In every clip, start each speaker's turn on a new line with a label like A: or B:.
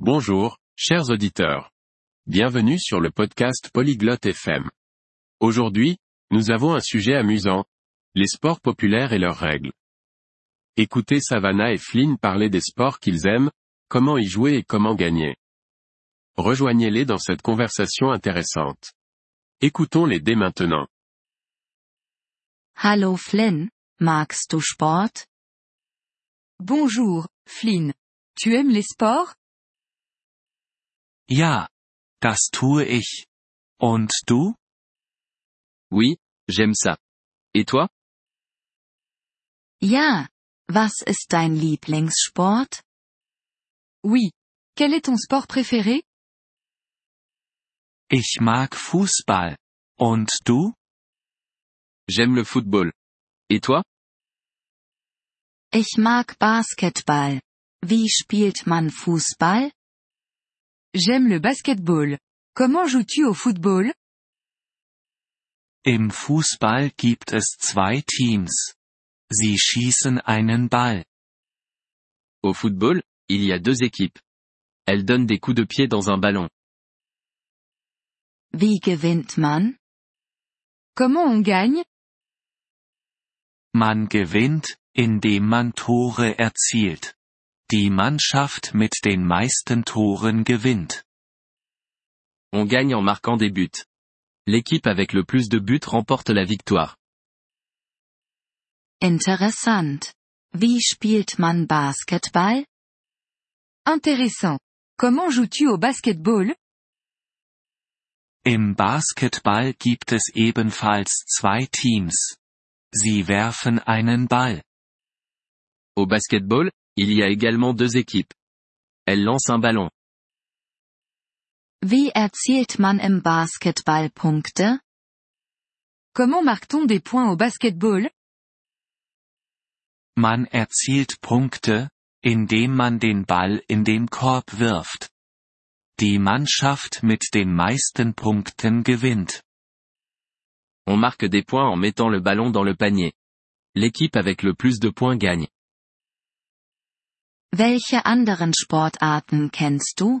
A: Bonjour, chers auditeurs. Bienvenue sur le podcast Polyglotte FM. Aujourd'hui, nous avons un sujet amusant. Les sports populaires et leurs règles. Écoutez Savannah et Flynn parler des sports qu'ils aiment, comment y jouer et comment gagner. Rejoignez-les dans cette conversation intéressante. Écoutons-les dès maintenant.
B: Hallo Flynn, magst du Sport?
C: Bonjour, Flynn. Tu aimes les sports?
D: Ja, das tue ich. Und du?
E: Oui, j'aime ça. Et toi?
B: Ja. Was ist dein Lieblingssport?
C: Oui. Quel est ton sport préféré?
D: Ich mag Fußball. Und du?
E: J'aime le football. Et toi?
B: Ich mag Basketball. Wie spielt man Fußball?
C: J'aime le basketball. Comment joues-tu au football?
D: Im Fußball gibt es zwei Teams. Sie schießen einen Ball.
E: Au football, il y a deux équipes. Elles donnent des coups de pied dans un ballon.
B: Wie gewinnt man?
C: Comment on gagne?
D: Man gewinnt, indem man Tore erzielt. Die Mannschaft mit den meisten Toren gewinnt.
E: On gagne en marquant des buts. L'équipe avec le plus de buts remporte la victoire.
B: Interessant. Wie spielt man Basketball?
C: Intéressant. Comment joues-tu au basketball?
D: Im Basketball gibt es ebenfalls zwei Teams. Sie werfen einen Ball.
E: Au basketball, il y a également deux équipes. Elles lancent un ballon.
B: Wie erzielt man im Basketball Punkte?
C: Comment marque-t-on des points au basketball?
D: Man erzielt Punkte, indem man den Ball in den Korb wirft. Die Mannschaft mit den meisten Punkten gewinnt.
E: On marque des points en mettant le ballon dans le panier. L'équipe avec le plus de points gagne.
B: Welche anderen Sportarten kennst du?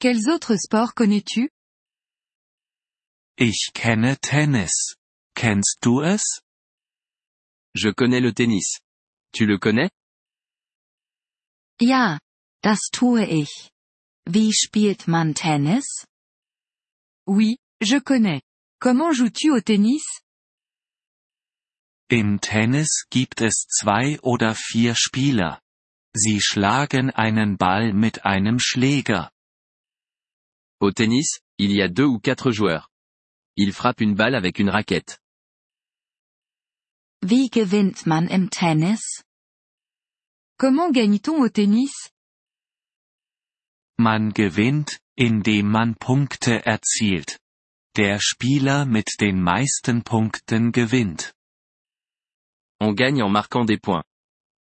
C: Quels autres sports connais-tu?
D: Ich kenne Tennis. Kennst du es?
E: Je connais le tennis. Tu le connais?
B: Ja, das tue ich. Wie spielt man Tennis?
C: Oui, je connais. Comment joues-tu au tennis?
D: Im Tennis gibt es zwei oder vier Spieler. Sie schlagen einen Ball mit einem Schläger.
E: Au tennis, il y a deux ou quatre joueurs. Ils frappent une balle avec une raquette.
B: Wie gewinnt man im Tennis?
C: Comment gagne-t-on au tennis?
D: Man gewinnt, indem man Punkte erzielt. Der Spieler mit den meisten Punkten gewinnt.
E: On gagne en marquant des points.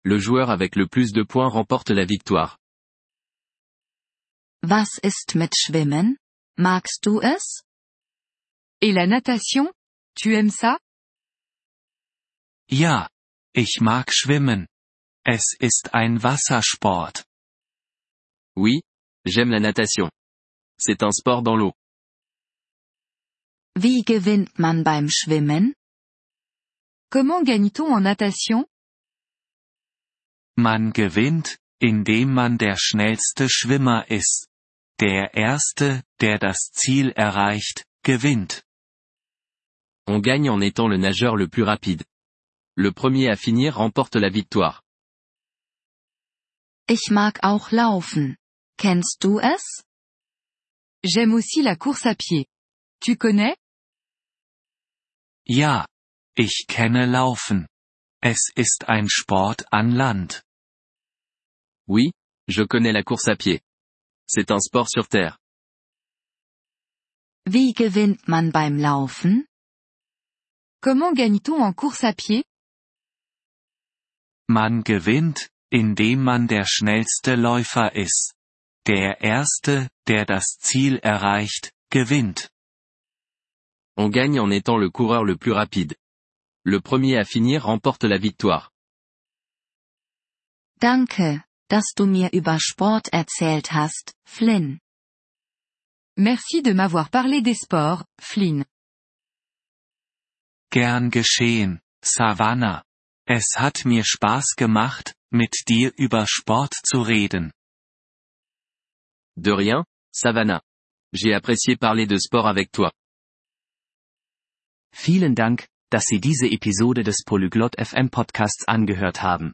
E: Le joueur avec le plus de points remporte la victoire.
B: Was ist mit Schwimmen? Magst du es?
C: Et la natation? Tu aimes ça?
D: Ja, ich mag schwimmen. Es ist ein Wassersport.
E: Oui, j'aime la natation. C'est un sport dans l'eau.
B: Wie gewinnt man beim Schwimmen?
C: Comment gagne-t-on en natation?
D: Man gewinnt, indem man der schnellste Schwimmer ist. Der Erste, der das Ziel erreicht, gewinnt.
E: On gagne en étant le nageur le plus rapide. Le premier à finir remporte la victoire.
B: Ich mag auch laufen. Kennst du es?
C: J'aime aussi la course à pied. Tu connais?
D: Ja. Ich kenne Laufen. Es ist ein Sport an Land.
E: Oui, je connais la course à pied. C'est un sport sur terre.
B: Wie gewinnt man beim Laufen?
C: Comment gagne-t-on en course à pied?
D: Man gewinnt, indem man der schnellste Läufer ist. Der Erste, der das Ziel erreicht, gewinnt.
E: On gagne en étant le coureur le plus rapide. Le premier à finir remporte la victoire.
B: Danke, dass du mir über Sport erzählt hast, Flynn.
F: Merci de m'avoir parlé des sports, Flynn.
G: Gern geschehen, Savannah. Es hat mir Spaß gemacht, mit dir über Sport zu reden.
E: De rien, Savannah. J'ai apprécié parler de sport avec toi.
D: Vielen Dank, dass Sie diese Episode des Polyglot FM Podcasts angehört haben.